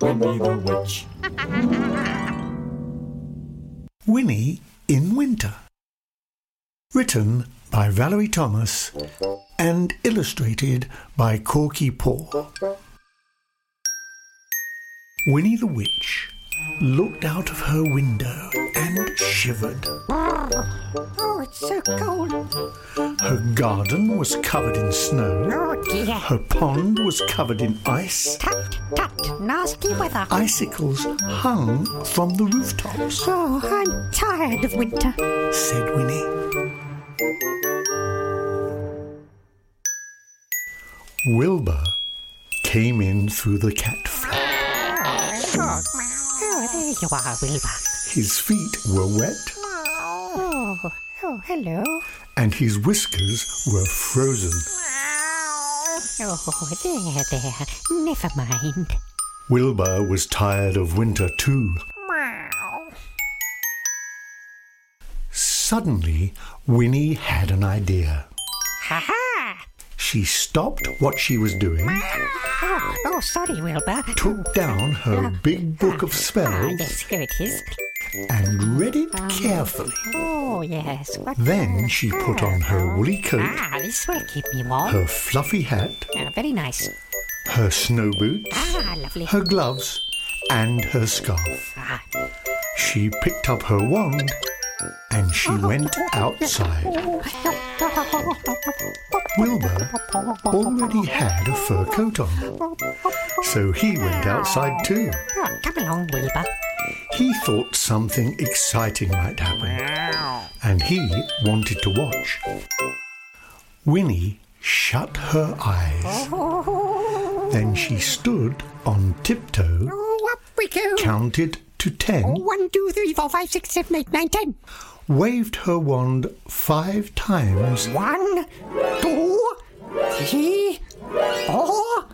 Winnie, Winnie the Witch. Winnie in Winter. Written by Valerie Thomas and illustrated by Corky Paw. Winnie the Witch looked out of her window and shivered. Oh, it's so cold. Her garden was covered in snow. Oh, dear. Her pond was covered in ice. Tut, tut, nasty weather. Icicles hung from the rooftops, Oh, I'm tired of winter. said Winnie. Wilbur came in through the cat flap. Oh, there you are, Wilbur. His feet were wet Oh, oh, hello. and his whiskers were frozen. Oh, there, there. Never mind. Wilbur was tired of winter too. Suddenly, Winnie had an idea. Ha ha! She stopped what she was doing, Oh, oh, sorry, Wilbur. took down her big book of Ah, spells, yes, here it is. and read it carefully. Oh, yes. What? Then she put on her woolly coat, Ah, this will keep me warm. her fluffy hat, Ah, very nice. her snow boots, Ah, lovely. her gloves, and her scarf. Ah, She picked up her wand and she went outside. Wilbur already had a fur coat on, so he went outside too. oh, come along, Wilbur. He thought something exciting might happen, and he wanted to watch. Winnie shut her eyes. Then she stood on tiptoe, Oh, up we go. counted to ten, One, two, three, four, five, six, seven, eight, nine, ten. waved her wand five times, One, two, three, four,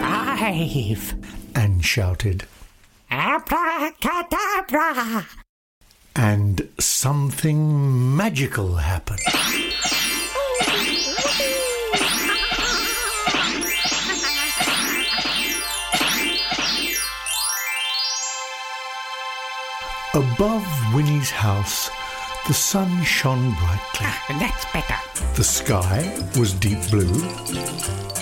five. and shouted. Abracadabra! And something magical happened. Above Winnie's house, the sun shone brightly. That's better. The sky was deep blue.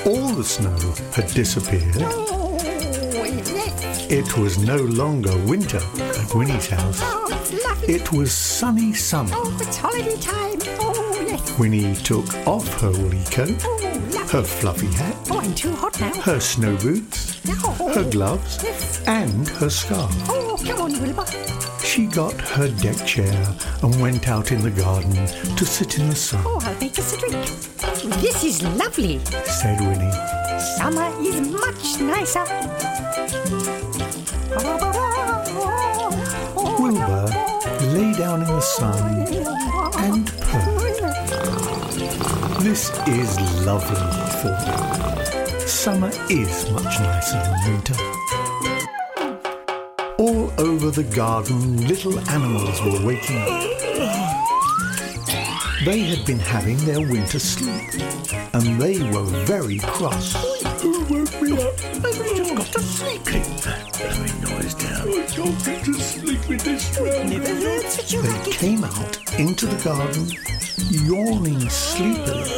All the snow had disappeared. Oh, yes. It was no longer winter at Winnie's house. Oh, it's lovely. It was sunny summer. Oh, it's holiday time. Oh, yes. Winnie took off her woolly coat, Oh, lovely. her fluffy hat, Oh, I'm too hot now. her snow boots, Oh, her gloves, and her scarf. oh come on, Wilbur. She got her deck chair and went out in the garden to sit in the sun, Oh, I'll make us a drink. This is lovely. said Winnie. Summer is much nicer. Wilbur lay down in the sun and purred. This is lovely, thought. Summer is much nicer than winter. All over the garden, little animals were waking up. They had been having their winter sleep, and they were very cross. Who woke me up? I've just got to sleep. Keep that blowing noise down. I can't get to sleep with this round. That's what you They came out into the garden, yawning sleepily.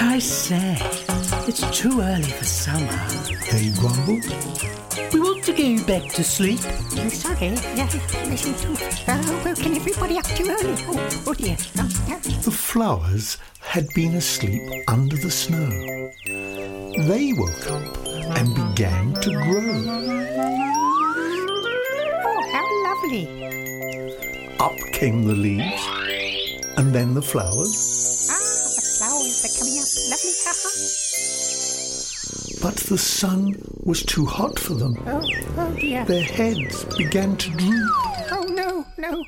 I say, it's too early for summer. They grumbled. We want to go back to sleep. I'm sorry. Yeah, listen to. Uh, woken everybody up too early. Oh, oh dear. Oh, yeah. The flowers had been asleep under the snow. They woke up and began to grow. Oh, how lovely. Up came the leaves, and then the flowers. Ah, the flowers are coming up. Lovely. Ha ha. But the sun was too hot for them. Oh, oh dear. Their heads began to droop. Oh no, no.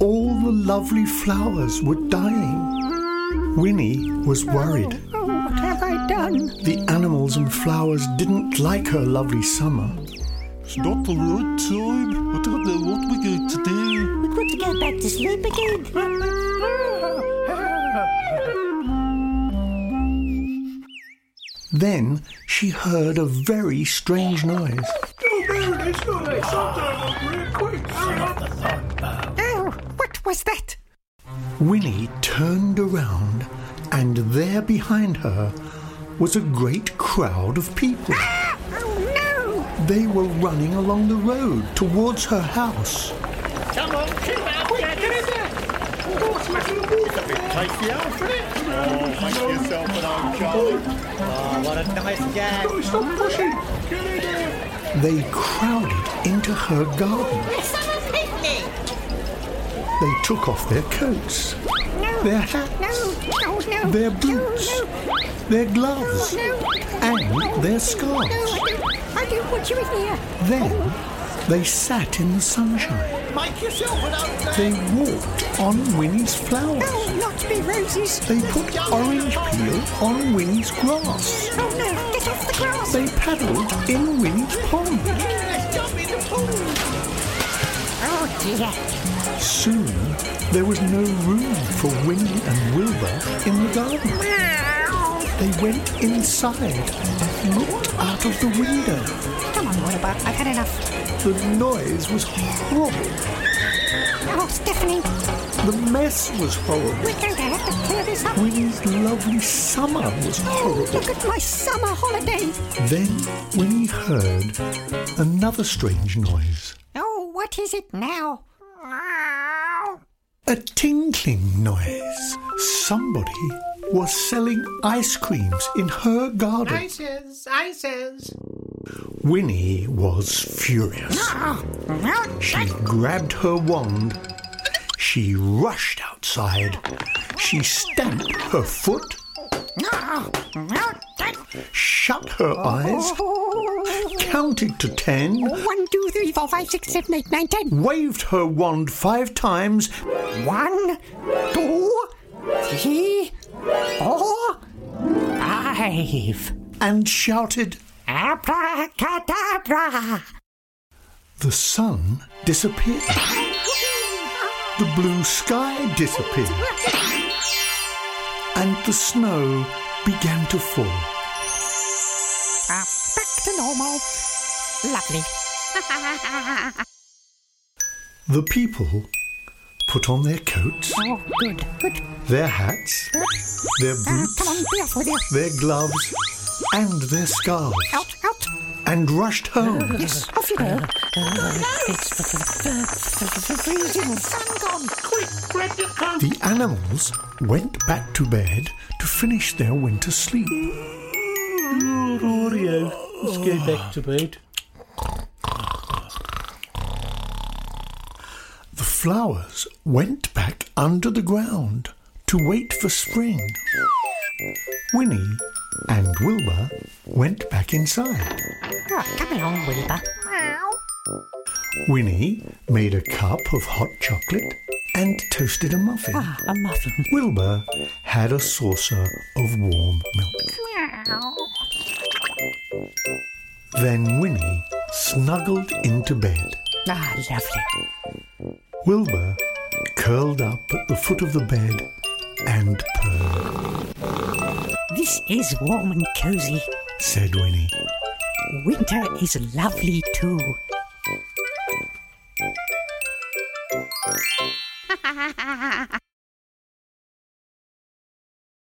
All the lovely flowers were dying. Winnie was worried. Oh, what have I done? The animals and flowers didn't like her lovely summer. It's not the right time. I don't know what we're going to do. We've got to go go back to sleep again. Then she heard a very strange noise. Oh, what was that? Winnie turned around, and there behind her was a great crowd of people. Oh no! They were running along the road towards her house. They crowded into her garden. They took off their coats, No! their No! hats, Oh no! their boots, No! no. their Oh, gloves, no. and their No, I scarves. don't, I don't want you in here. Then they sat in the sunshine. Make yourself an update. They walked on Winnie's flowers. No, not me roses. They put orange peel on Winnie's grass. Oh no, get off the grass. They paddled in Winnie's pond. Let's jump in the pool. Oh dear. Soon there was no room for Winnie and Wilbur in the garden. They went inside and looked out of the window. Come on, Wilbur, I've had enough. The noise was horrible. Oh, Stephanie, The mess was horrible. we're going to have to clear this up. Winnie's lovely summer was Oh, horrible. look at my summer holiday. Then Winnie heard another strange noise. Oh, what is it now? Oh, A tinkling noise. Somebody was selling ice creams in her garden. Ices, ices. Winnie was furious. Oh, no, She grabbed her wand. She rushed outside. She stamped her foot, no, no, that- shut her eyes, Oh, counted to ten, one, two, three, four, five, six, seven, eight, nine, ten. waved her wand five times, One, two, three, four, five. and shouted, Abracadabra! The sun disappeared. The blue sky disappeared. And the snow began to fall. Ah, back to normal. Lovely. The people put on their coats, Oh, good, good. their hats, their Ah, boots, come on, be off with you. their gloves, and their scarves, Out, out. and rushed home. Yes, off you go. Freezing sun gone. The animals went back to bed to finish their winter sleep. Audio. Let's go back to bed. The flowers went back under the ground to wait for spring. Winnie and Wilbur went back inside. Ah, come along, Wilbur. Winnie made a cup of hot chocolate and toasted a muffin. Ah, a muffin. Wilbur had a saucer of warm milk. Then Winnie snuggled into bed. Ah, lovely. Wilbur curled up at the foot of the bed and purred, This is warm and cozy. said Winnie. Winter is lovely too.